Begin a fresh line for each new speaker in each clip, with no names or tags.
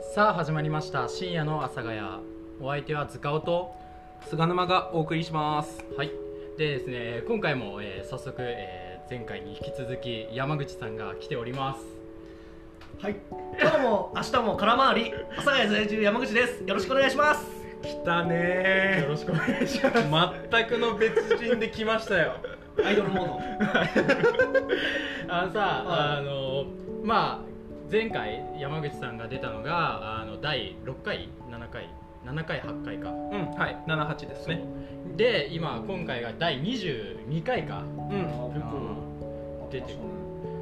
さあ始まりました深夜の阿佐ヶ谷お相手は塚尾と
菅沼がお送りします
はいでですね今回も、えー早速、えー前回に引き続き山口さんが来ております
はい、今日も明日も空回り、阿佐ヶ谷在住山口です。よろしくお願いします。
来たね
よろしくお願いします
ー全くの別人で来ましたよ
アイドルモード。
あのさ
はい
あのまあ前回山口さんが出たのがあの第6回7回7回8回か
うんはい78ですね
で今今回が第22回か
うん
出てる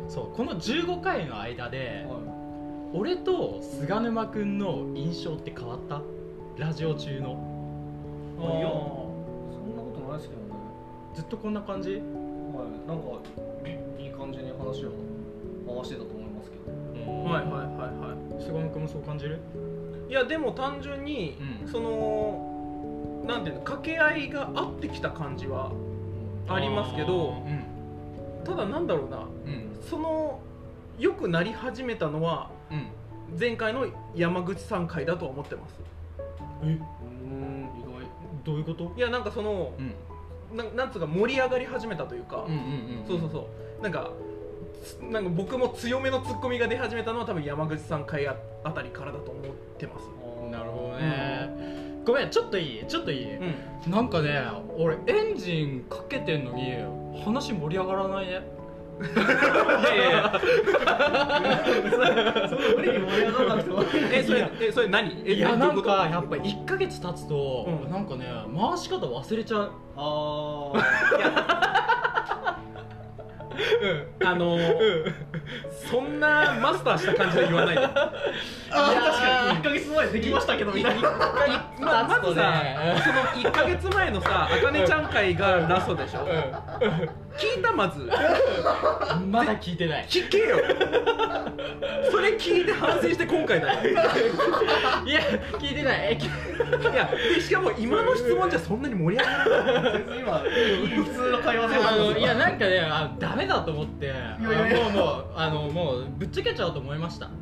そうこの15回の間で俺と菅沼君の印象って変わったラジオ中の
はいいや、そんなことないですけどね。
ずっとこんな感じ、
はい、なんかいい感じに話を回してたと思いますけど。
はいはいはいは
菅沼君もそう感じる
いいやでも単純に、
うん
そのなんていうの掛け合いが合ってきた感じはありますけど
うん
ただなんだろうな
うん
その良くなり始めたのは
うん
前回の山口さん回だとは思ってます
うん、意外。
どういうこと
いやなんかその
うん
ななんつうか盛り上がり始めたというか、
うんうんうん
そうそうそうなんかつなんか僕も強めのツッコミが出始めたのは多分山口さん会ああたりからだと思ってます
なるほどね、ごめんちょっといいちょっといい、
うん
なんかね俺エンジンかけてんのに話盛り上がらないね
いやいやいや
ど。無理に盛り上がらなくても。
えそれえそれ何え
いや
どう
な
うんこと
かやっぱ1か月経つと、
うん
なんかね回し方忘れちゃう
あ
あのーそんなマスターした感じで言わないで
あ。ああ、確かに一ヶ月前できましたけどみたいな。
ままずさ、
ね
その1か月前のさあかねちゃん会がラストでしょ、聞いたまず
まだ聞いてない
聞けよそれ聞いて反省して今回だよ
いや聞いてないえき
いやでしかも今の質問じゃそんなに盛り上がらない
全然今いい普通の会話で。
あのいやなんかねあダメだと思ってあの
いやいやい
もうもうあのもうぶっちゃけちゃうと思いました、うん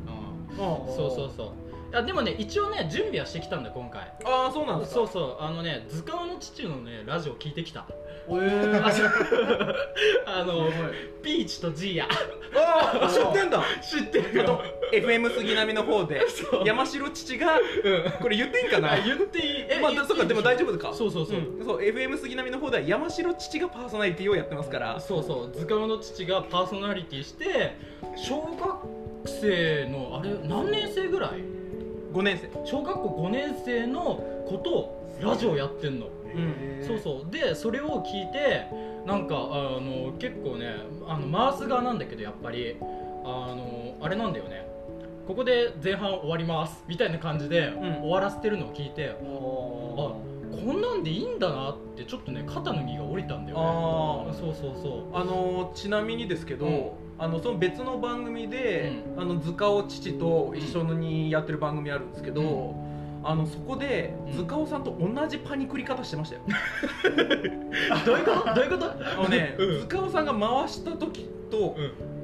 そうそうそういやでもね一応ね準備はしてきたんだ今回
ああそうなんですか
そうそうあのね図鑑の父のねラジオ聞いて きた
う。ええ。
あのピーチとジーヤ
ああ知ってんだ
知ってるよ
FM 杉並の方で
そう
山城父がこれ言っていいんかな
あ言っていいえ
まあ
言っていい
そうかでも大丈夫か
そうそうそう、
んそう FM 杉並の方では山城父がパーソナリティをやってますから
そうそう図鑑の父がパーソナリティして小学生のあれ何年生ぐらい
5年生
小学校5年生の子とラジオやってんの、
ん
そうそうでそれを聞いてなんかあの結構ねあの回す側なんだけどやっぱりあのあれなんだよねここで前半終わりますみたいな感じで、
ん
終わらせてるのを聞いて
う。
あこんなんでいいんだなってちょっとね肩の荷が下りたんだよね
ああ
そうそうそう
あのーちなみにですけど、
うん
あのその別の番組で、
う
あの塚尾父と一緒にやってる番組あるんですけど、
う
あのそこで
うん
塚尾さんと同じパニクり方してましたよ、
どういうことどういうこと
あの ね、
うん
塚尾さんが回した時と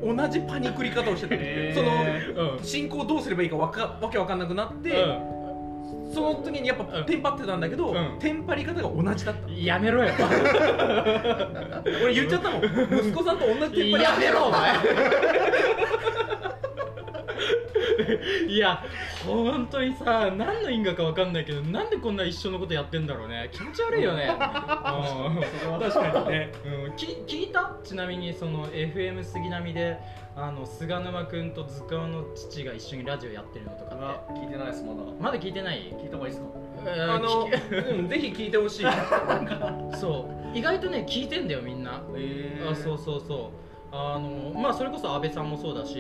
同じパニクり方をしてた、
へー
その
うん
進行どうすればいいかわかわけわかんなくなって、その時にやっぱ
うん
テンパってたんだけど、
うん
テンパり方が同じだった
うんやめろよ
俺言っちゃったもん息子さんと同じテンパり
やめろお前 いや本当にさ何の因果か分かんないけどなんでこんな一緒のことやってんだろうね気持ち悪い よね
確かにね
うん、うん、き聞いたちなみにその FM 杉並であの菅沼君と図鑑の父が一緒にラジオやってるのとかっ
聞いてないですまだ。
てまだ聞いてない
聞いた方がいいですか。
あ
あ
の、うん、ぜひ聞いてほしい
そう意外とね聞いてんだよみんな
え
あそうそうそうあのまあそれこそ安倍さんもそうだし、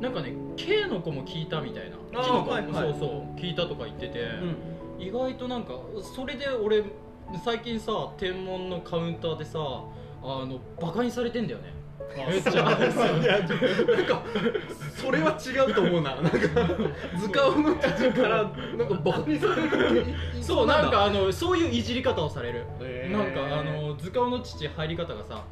なんかね K の子も聞いたみたいなう
あー
ちの子
はいはい
そうそう聞いたとか言ってて、意外となんかそれで俺最近さ天文のカウンターでさあのバカにされてんだよねめっちゃ
いや なんかそれは違うと思 うななんか図鑑の父からなんかバカにされるって
そうなん
だ
かあのそういういじり方をされる、
え
なんかあの図鑑の父入り方がさ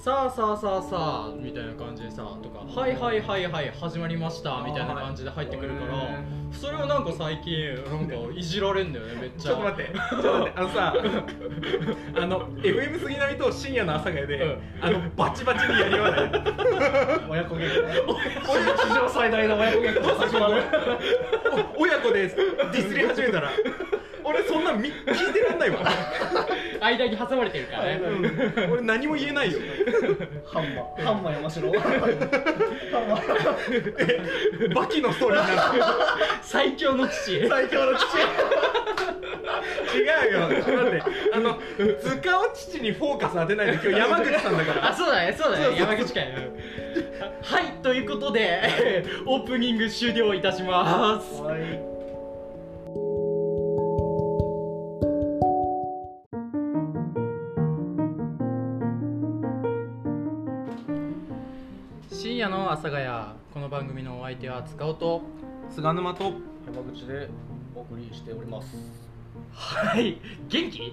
さあさあさあさあみたいな感じでさとか「はいはいはいはい始まりました」みたいな感じで入ってくるから、
はい
それをなんか最近なんかいじられんだよねめっち
ち
ゃ
ょっと待って、ちょっと待って、あのさ、あの FM 杉並と深夜の朝がで、
うん
あのバチバチにやり合わない。
親子喧嘩史上最大の親子喧嘩が始まる
お親子でディスり始めたら、俺そんなんみ聞いてらんないわ。
間に挟まれてるからね、
うん俺何も言えないよ。
ハンマーハンマー山城ハンマー
バキのストーリーになる。
最強の父
最強の父
違うよ。ちょっと待って、あの塚尾父にフォーカス当てないで今日山口さんだか
あ
ら。
そうだねそうだ
そうそう
ね山口県うんあはいということでオープニング終了いたします
はい
深夜の阿佐ヶ谷この番組のお相手は塚尾と
菅沼と。
山口でお送りしております
はい元気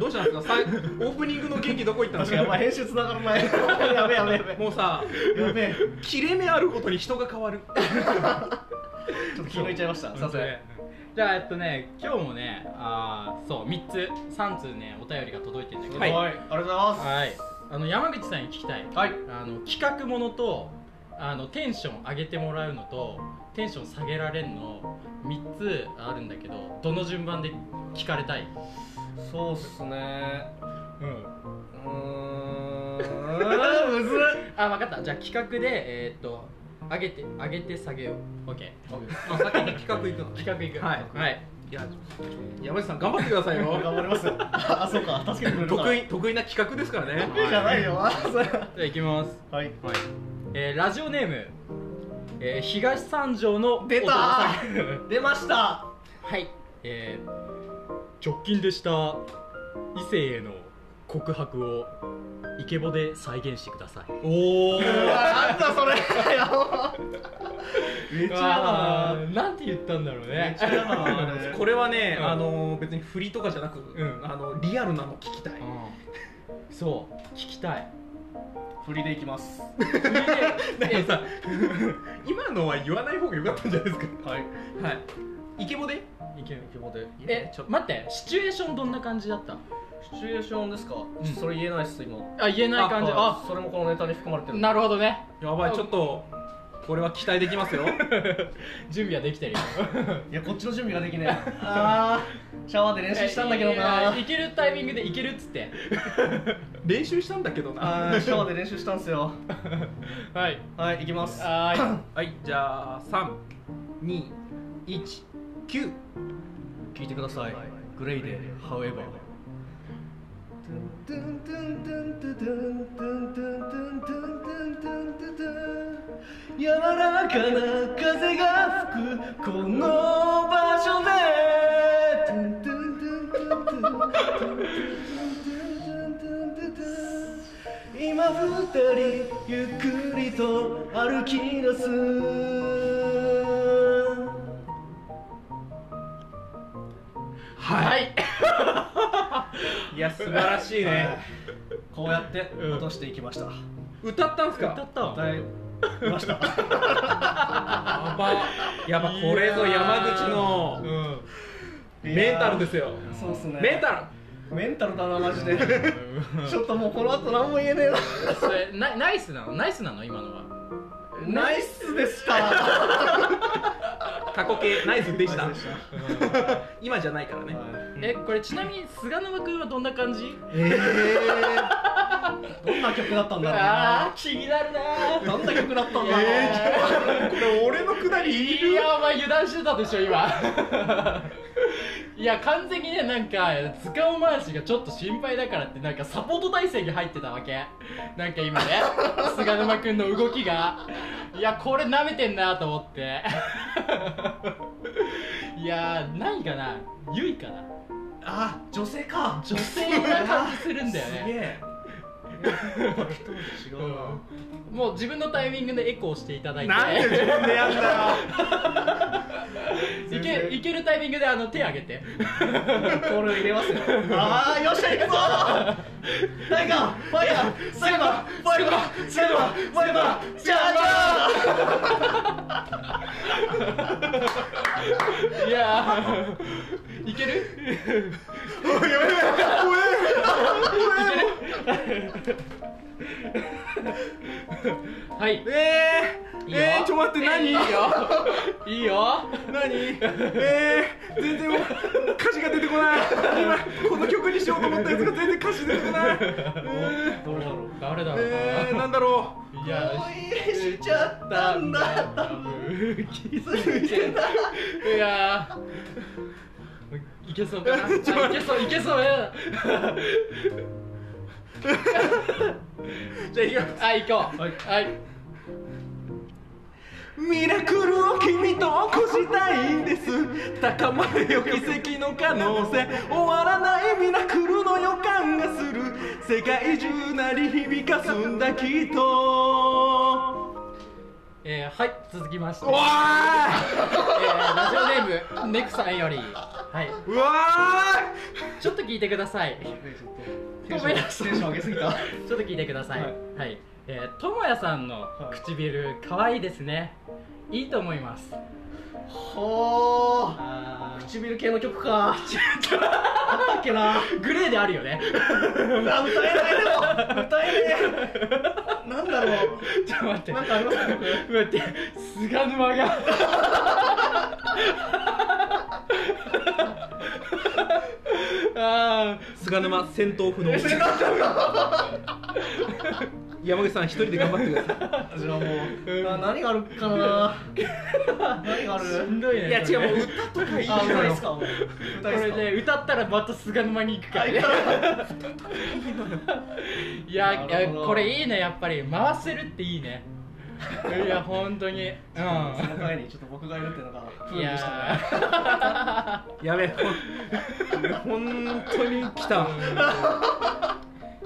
どうしたんですか。さいオープニングの元気どこ行ったん
確
です
か
か。
にお前編集つながらないやべえやべえやべえ
もうさ、
やべえ
切れ目あるごとに人が変わる。
ちょっと気抜いちゃいましたさすがに
じゃあえっとね今日もねあーそう3つ3通ねお便りが届いてるんだけど
はい、ありがとうございます
はいあの山口さんに聞きたい
はい
あの企画ものとあのテンション上げてもらうのとテンション下げられるの3つあるんだけどどの順番で聞かれたい
そうっすね
うん
うーんむずっ
あ分かったじゃあ企画でえーっと上げて上げて下げよう OK
あ先に企画行くの。
企画いく
はい
はい、
いや、山内さん頑張ってくださいよ。
頑張り ますあそうか助けてくれるから
得意得意な企画ですからね。
得意じゃないよあそれ
じゃあいきます
はい
はい、えーラジオネーム、えー東三条の
出た
男さん
出ました
はいえー直近でした異性への告白をイケボで再現してくださいおお
あったそれやばめっちゃ嫌だな
なんて言ったんだろう
め
ね
っちゃ嫌だなあれ
これはね、
うん
あの別に振りとかじゃなく、
うん
あのリアルなの聞き たい。
うんそう聞きたい
振りでいきます
それでえー
さ 今のは言わない方が良かったんじゃないですか。
はい
はい。イケボで？
いける
希望で
え
ちょっと
待ってシチュエーションどんな感じだった
シチュエーションですか、
ん
それ言えないっす今
あ言えない感じあ
それもこのネタに含まれてる
なるほどね
やばいちょっとこれは期待できますよ。
準備はできてるよ
いやこっちの準備ができねえ あーシャワーで練習したんだけどな
えいけるタイミングでいけるっつって
練習したんだけどな。
あーシャワーで練習したんすよ
はい
はい行きます
は
はいじゃあ三二一九。
聞いてくださいグレイで However 柔らかな風が吹くこの場所で今二人ゆっくりと歩き出す
い
は。
はいい
いや素晴らし いね。
こうやって落としていきました、
歌ったんす
歌
か
っ？たわ
歌いました
やば。やっぱこれぞ山口
う
の
ん
メンタルですよ。
そうっすね
メンタ
ルメンタルだなマジでちょっともうこの後何も言えねえな
それナナイスなのナイスなの今のは
ナイスでした
ル過去形ナイスでした
ナイス。
今じゃないからね。
えこれちなみに菅沼君はどんな感じ
どんな曲だったんだろう
あ
な
ー気になるなー
どんな曲だったんだろう、
これ俺のくだりい
いやお前油断してたでしょ今いや完全にねなんか塚尾回しがちょっと心配だからってなんかサポート体制に入ってたわけなんか今ね菅沼君の動きがいやこれ舐めてんなと思っていやー何かなゆいかな
あ女性か
女性な感じするんだよ
すげ
ね
え
違うな
もう自分のタイミングでエコーしていただいて
なんで自分でやんだよ
いけいけるタイミングであの手挙げて
これ入れますよああよっしゃ行くぞタイガーファイヤーサイバーファイバーサイバーファイバージャージャー
いやーいける
おいやめろ
はい
えー、
いいよ
えー、ちょっと待って何、
いいよいいよ
何えー、全然もう歌詞が出てこない今この曲にしようと思ったやつが全然歌詞出てこないえ
どうだろう誰だ
ー、
ろう
えー、
な
なんだろ
いや
うしちゃったんだ
多分気づいてないやーいけそう かなあいけそういけそうやだ
じゃあ行きます
はい行こうはい
ミラクルを君と起こしたいんです高まるよ奇跡の可能性終わらないミラクルの予感がする世界中鳴り響かすんだきっと
えー、はい続きまして、え
うわ
ー、ラジオネームネクさんよりはい
ーうわ
ちょっと聞いてください
ー
ごめんなさい
テンション上げすぎた
ちょっと聞いてください。は
はいい。
えーともやさんの
い
唇、可愛いですね。いいと思い ます。
ほー
あ
唇系の曲かあったっけな
ーグレーであるよね。
歌えないでも歌えねえなんだろう
ちょっと待って。
なんかありますか曲
待って、菅沼が。あ
菅沼戦闘不能 山口さん一人で頑張ってくださ
じゃあもう、な何があるかな何があ
あ、し
る
んどいね。
いいや
これ
違うもう
ね
歌とかいいじゃ
あ、歌いっす
ん
かもう
こ
歌いっす
れ
か
で歌ったらまた菅沼に行くからね。いや
なるほど
これいいねやっぱり回せるっていいね。いや本当に。うん。
その前にちょっと僕がいるっていうのが不
い
運でしたね
や
やべほん本当に来た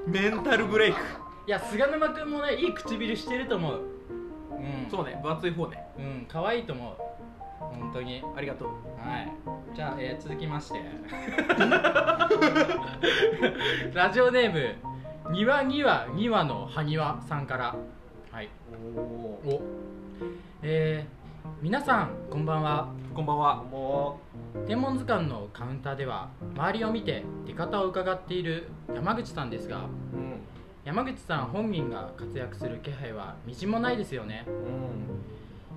メンタルブレイク
ーいや菅沼くんもねいい唇してると思う。うん。
そうね分厚い方ね
うん可愛いと思う。本当に。
ありがとう
はい。じゃあ、えー続きまして。 ラジオネームにわにわにわのはにわさんから。はい。
おー
お。えー、皆さんこんばんは。
こんばんは
も
天文図鑑のカウンターでは周りを見て出方を伺っている山口さんですが
ううん
山口さん本人が活躍する気配はみじもないですよね
うん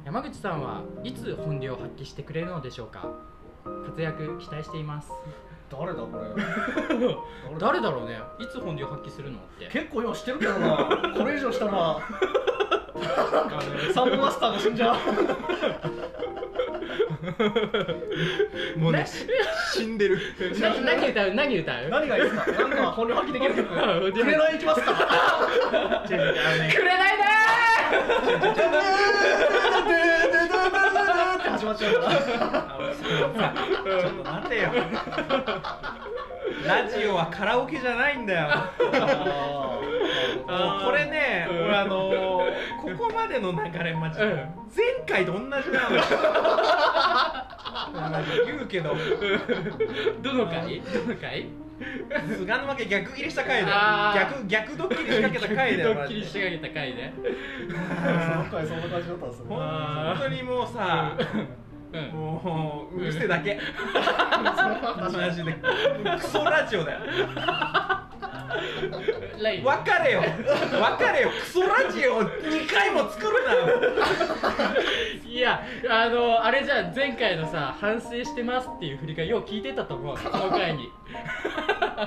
山口さんはいつ本領を発揮してくれるのでしょうか活躍期待しています
誰だこ れ
誰だろうねいつ本領発揮するのって
結構今してるけどなこれ以上したらサンボマスターが死 んじゃう
もうね死んでる
な何歌う何歌う
何がいいですか何か本領発揮できる 曲
うん
くれないいきますか
くれないだ
って始まっちゃうからちょっと待てよ
ラジオはカラオケじゃないんだよ
あ
もうこれね、
うん
俺あのーここまでの流れマジで、
うん
前回と同じなのよ言うけど
ーどの回どの回
菅沼家逆切りした回だ
あー
よ逆逆ドッキリ仕掛けた回だ
ド
よ
ッ
マ
キ
ジ
リ
で
仕掛けた回で
ーその 回そんな感じだったんですね
本当にもうさ、
うん
もううるせえだけ、マジでクソラジオだよ
ライン
別れよ別れよクソラジオ2回も作るなよ
いやあのあれじゃん前回のさ反省してますっていう振りがよう聞いてたと 思うその回に
反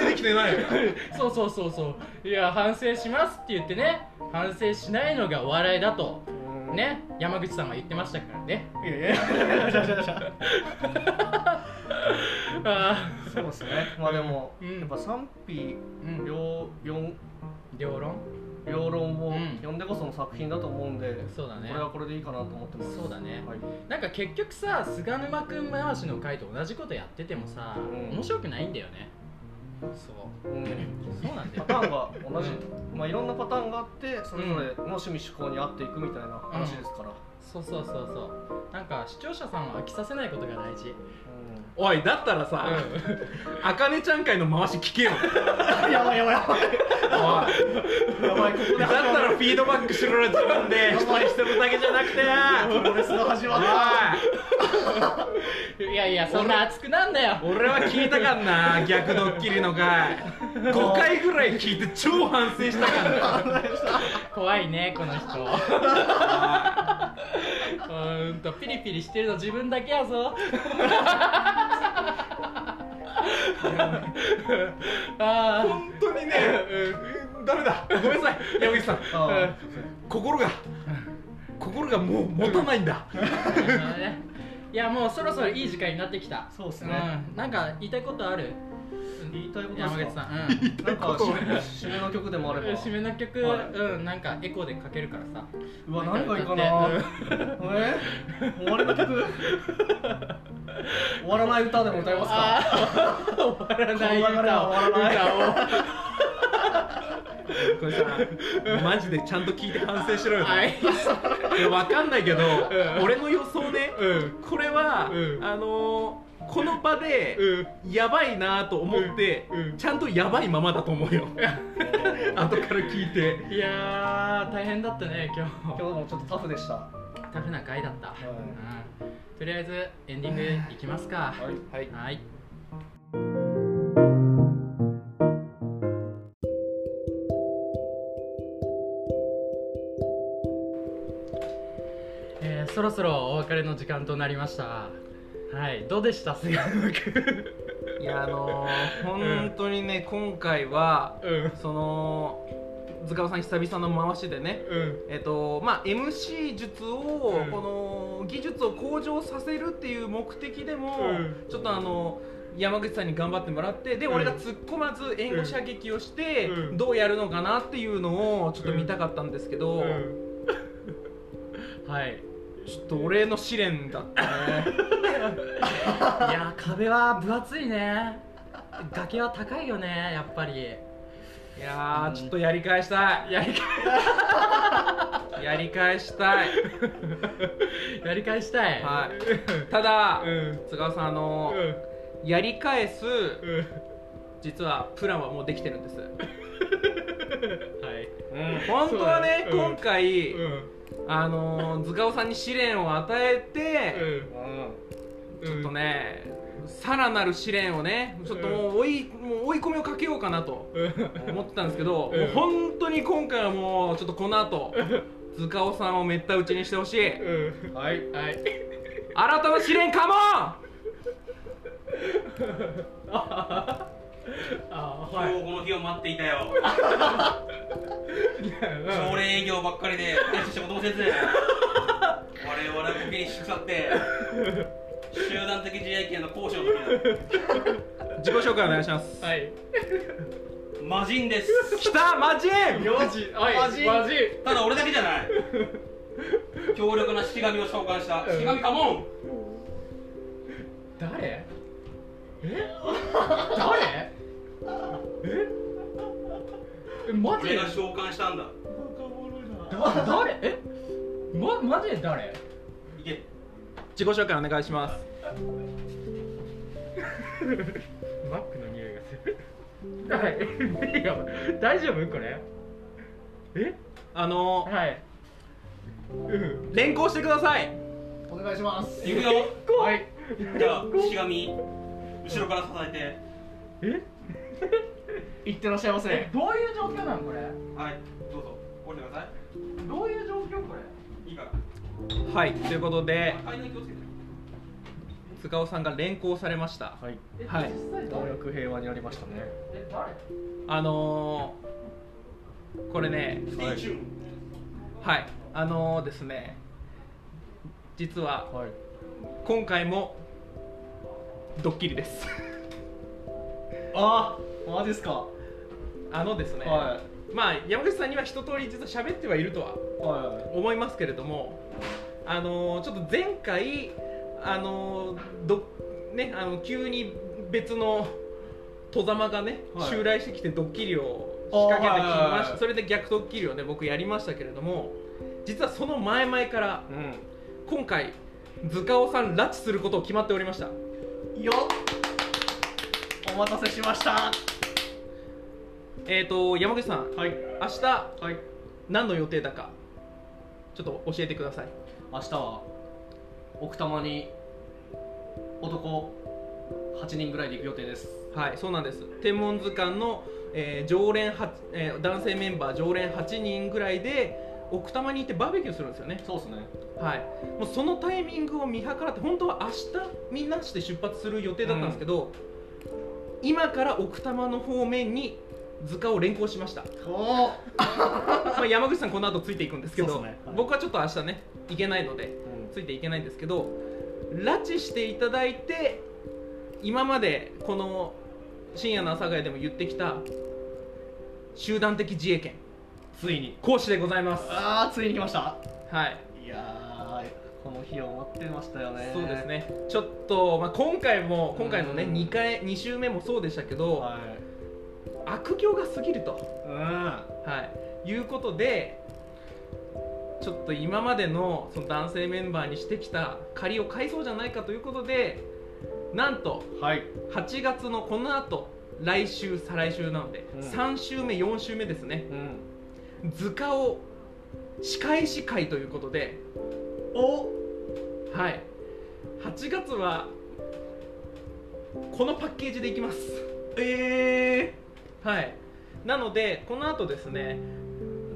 省できてないよ
そうそうそうそういや反省しますって言ってね反省しないのがお笑いだとね山口さんは言ってましたからね
いやいやいやいやいやいや
あ
そうですねまあでも、
うん
やっぱ賛否
ーうん
両論
両論
両論を
うん
読んでこその作品だと思うんで、
そうだね
これはこれでいいかなと思ってます
そうだね
はい、
なんか結局さ菅沼くん回しの回と同じことやっててもさ
うん
面白くないんだよねそう
うん
そうなんだ
パ
よ
ターンが同じ、まあ、いろんなパターンがあってそれぞれの趣味趣向に合っていくみたいな話ですから、
そうそうそうそうなんか視聴者さんを飽きさせないことが大事
おいだったらさあかねちゃん会の回し聞けよ
うんやばいやばいやばい
おい
やばいここで
だったらフィードバックしろよ自分で人にしてるだけじゃなくて
プロレスの始まった
お
いやいやそんな熱くなんだよ
い俺は聞いたかんな逆ドッキリの回5回ぐらい聞いて超反省したかんな
怖いねこの 人うーんとピリピリしてるの自分だけやぞ あー
本当にねうんダメだごめんなさい山口さん
あー
心が心がもう持たないんだ
いやもうそろそろいい時間になってきた
そうっすね、
うん、なんか言いたいことある
言いたいことです
山
か
口さん、うん
なんか締め締めの曲でもあれば
締めの曲、
はい
うんなんかエコーでかけるからさ
うわ何がいいかなえ終わりの曲終わらない歌でも歌いますか
あー終わらない歌
この流れは終わら
を 歌
これさマジでちゃんと聞いて反省しろ
を
よ、
はい
いやわかんないけど、
うん
俺の予想ね、
う
これは、
うん
あのーこの場で、
うん
やばいなと思って、
うんうん
ちゃんとやばいままだと思 うよ後から聞いて
いやー大変だったね今
今
日
日もちょっとタフでしたは
タフな回だった、うん、とりあえずエンディングいきますか
い
はい
はいえーそろそろお別れの時間となりましたはいどうでした菅野君
いやあのー、
本
当にね今回は
うん
その塚尾さん久々の回しでね
うん
えっとまあ、MC 術を、
うん
この技術を向上させるっていう目的でも、
うん
ちょっとあの山口さんに頑張ってもらってで、
うん
俺が突っ込まず援護射撃をして、
うん
どうやるのかなっていうのをちょっと見たかったんですけど、
うんはい
ちょっと俺の試練だったね
いやー壁は分厚いね崖は高いよねやっぱり
いやーちょっとやり返したい
やり
やり返したい
やり返したい
はいただ、
うん
津川さんあの
うん
やり返す
うん
実はプランはもうでき てるんです、
はい
本当はね、
そうだねうん
今回、
うん
あのー、塚尾さんに試練を与えて、
うん
ちょっとねさらなる試練をねちょっともう追い,、もう追い込みをかけようかなと思ってたんですけど、
うん
もう本当に今回はもうちょっとこの後塚尾さんをめった打ちにしてほしい
うん
はい
はい
新たな試練か
あ
今日この日を待っていたよ朝礼営業ばっかりで大して仕事もせず我々はボケにし腐って集団的自衛権の講師の時
も自己紹介お願いします
はい
だ魔人です
来たマジン
マジはい
マジ
マジ
ただ俺だけじゃない強力な式神を召喚した式神カモン
誰え誰ええマジ
俺
で
が召喚したんだ
だ誰えまマジで誰
いけ
自己紹介お願いします
マックの匂いがするはいいや大丈夫これえ
あのー、
はいうん
連行してください
お願いします
行くよ
はい
じゃあ式神後ろから支えて
え
い ってらっしゃいま
え
せ
どういう状況なのこれ
はいどうぞ降りてくださ
どういう状況これ
いいいから
はいということで
階段気をつけて
塚尾さんが連行されました
はい
え
はい
実際
よう
誰
やく平和になりましたね
え誰
あのー、これね
ステイチューン
はいあのー、ですね実は
はい
今回もドッキリです
ああマジですかは
あのです
い
ね、
は
まあ山口さんには一通り実は喋ってはいるとはい
は
思いますけれどもあのー、ちょっと前回あのー、どねあの急に別の戸様がね、
はい
襲来してきてドッキリを仕掛けて
あ
き
ーはい
ま
はい
し
は
た
い
それで逆ドッキリをね僕やりましたけれども実はその前々から今回塚尾さん拉致することを決まっておりました
よっお待たせしました
えっ、ー、と山口さん
はい
明日
はい
何の予定だかちょっと教えてください
明日は奥多摩に男8人ぐらいで行く予定です
はいそうなんです天文図鑑の、えー常連は、えー男性メンバー常連8人ぐらいで奥多摩に行ってバーベキューするんですよね
そうですね
はいもうそのタイミングを見計らって本当は明日みんなして出発する予定だったんですけど、今から奥多摩の方面に塚を連行しました
おお
まあ山口さんこの後ついていくんですけ
そう
ど、
っすねはい
僕はちょっと明日ね行けないのでついていけないんですけど拉致していただいて今までこの深夜の朝会でも言ってきた集団的自衛権
ついに
行使でございます
ああついに来ました
はい
いやーこの日を待ってましたよね
そうですねちょっと、まあ、今回も今回のね
うん
2回2週目もそうでしたけど、
はい
悪行が過ぎると、
うん
はい、いうことでちょっと今までのその男性メンバーにしてきた借りを返そうじゃないかということでなんと
はい
8月のこの後来週再来週なので、
うん
3週目4週目ですね
うん
図鑑を仕返し会ということで
お
はい8月はこのパッケージでいきますええはいなのでこの後ですね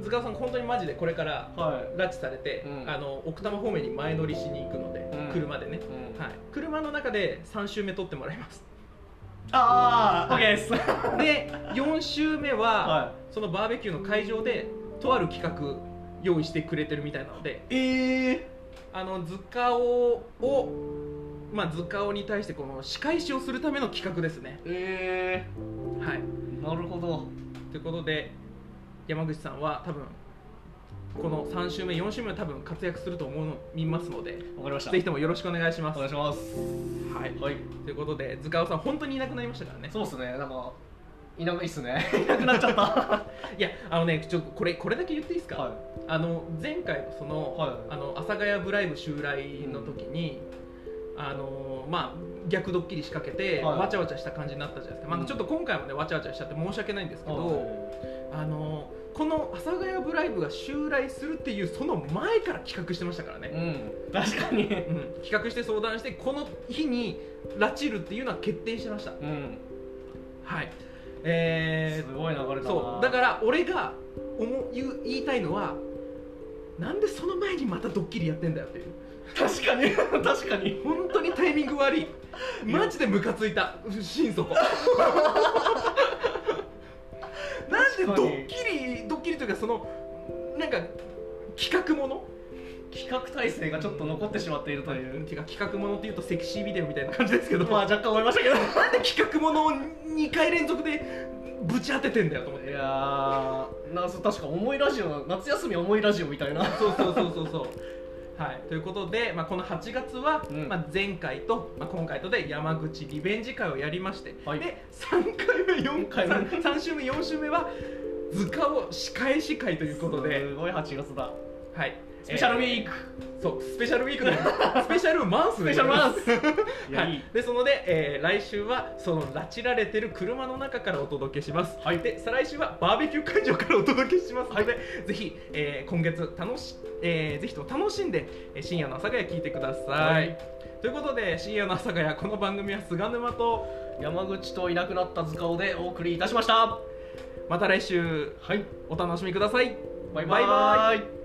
図鑑さん本当にマジでこれから
は
拉致されて、
うん
あの奥多摩方面に前乗りしに行くので、
うん
車でね、
い、うん
はい、車の中で3周目取ってもらいます
ああ OK ですは
で4週目は、
は
そのバーベキューの会場でとある企画用意してくれてるみたいなので
いええ
あの図鑑ををまあ図鑑に対してこの仕返しをするための企画ですね
え
はい
ー、なるほど
ということで山口さんは多分この3週目4週目は多分活躍すると思うの見ますので
わかりました
ぜひともよろしくお願いしま
お
す
願いします
はい
はい
ということで図鑑さん本当にいなくなりましたからね
そうですねなんかいなくいいっす ねいなくなっちゃったはい
やあのねちょっとこれこれだけ言っていいですか、
い
あの前回その,、
はい
あの阿佐ヶ谷ブライブ襲来の時に、あのまあ逆ドッキリ仕掛けて、
はい
わちゃわちゃした感じになったじゃないですか、ま
う
あ、
ん
ちょっと今回もねわちゃわちゃしちゃって申し訳ないんですけど、あのこの阿佐ヶ谷ブライブが襲来するっていうその前から企画してましたから
う
ね、
ん確かに
うん企画して相談してこの日に拉致るっていうのは決定してました
うん
はいえー
すごい流れだな
そうだから俺が思う言う言いたいのはなんでその前にまたドッキリやってんだよっていう
確かに確かに
本当にタイミング悪いマジでムカついた心底なんでドッキリドッキリというかそのなんか企画もの
企画体制がちょっと残ってしまっているという
ていうか企画ものっていうとセクシービデオみたいな感じですけど、
まあ若干思いましたけど
なんで企画ものを2回連続でぶち当ててんだよと思って
いやーなそう確か重いラジオ夏休み重いラジオみたいな
そうそうそうそうそう。はい、ということで、まあ、この8月は、
うん
まあ、前回と、まあ、今回とで山口リベンジ会をやりまして、
はい
で3回目4回目
はい
3 3週目4週目は図鑑を仕返し会ということです
ごい8月だ
はい、
スペシャルウ
ー
ィーク
クそうスペシャルウィークでスペシャルマンス
ス
で
ペシ
ご
ャ
ざい
ル
ま
マ
す
ンスいや
はいい
い、
ですので、えー来週はその拉致られてる車の中からお届けします、
はい
で再来週はバーベキュー会場からお届けしますので、ぜひ、えー今月楽し、えーぜひとも楽しんでえー深夜の朝ヶ谷聞いてください、
はい
ということで深夜の朝ヶ谷この番組は菅沼と
山口といなくなった図鑑でお送りいたしましたは
また来週
い
お楽しみください
バイバイ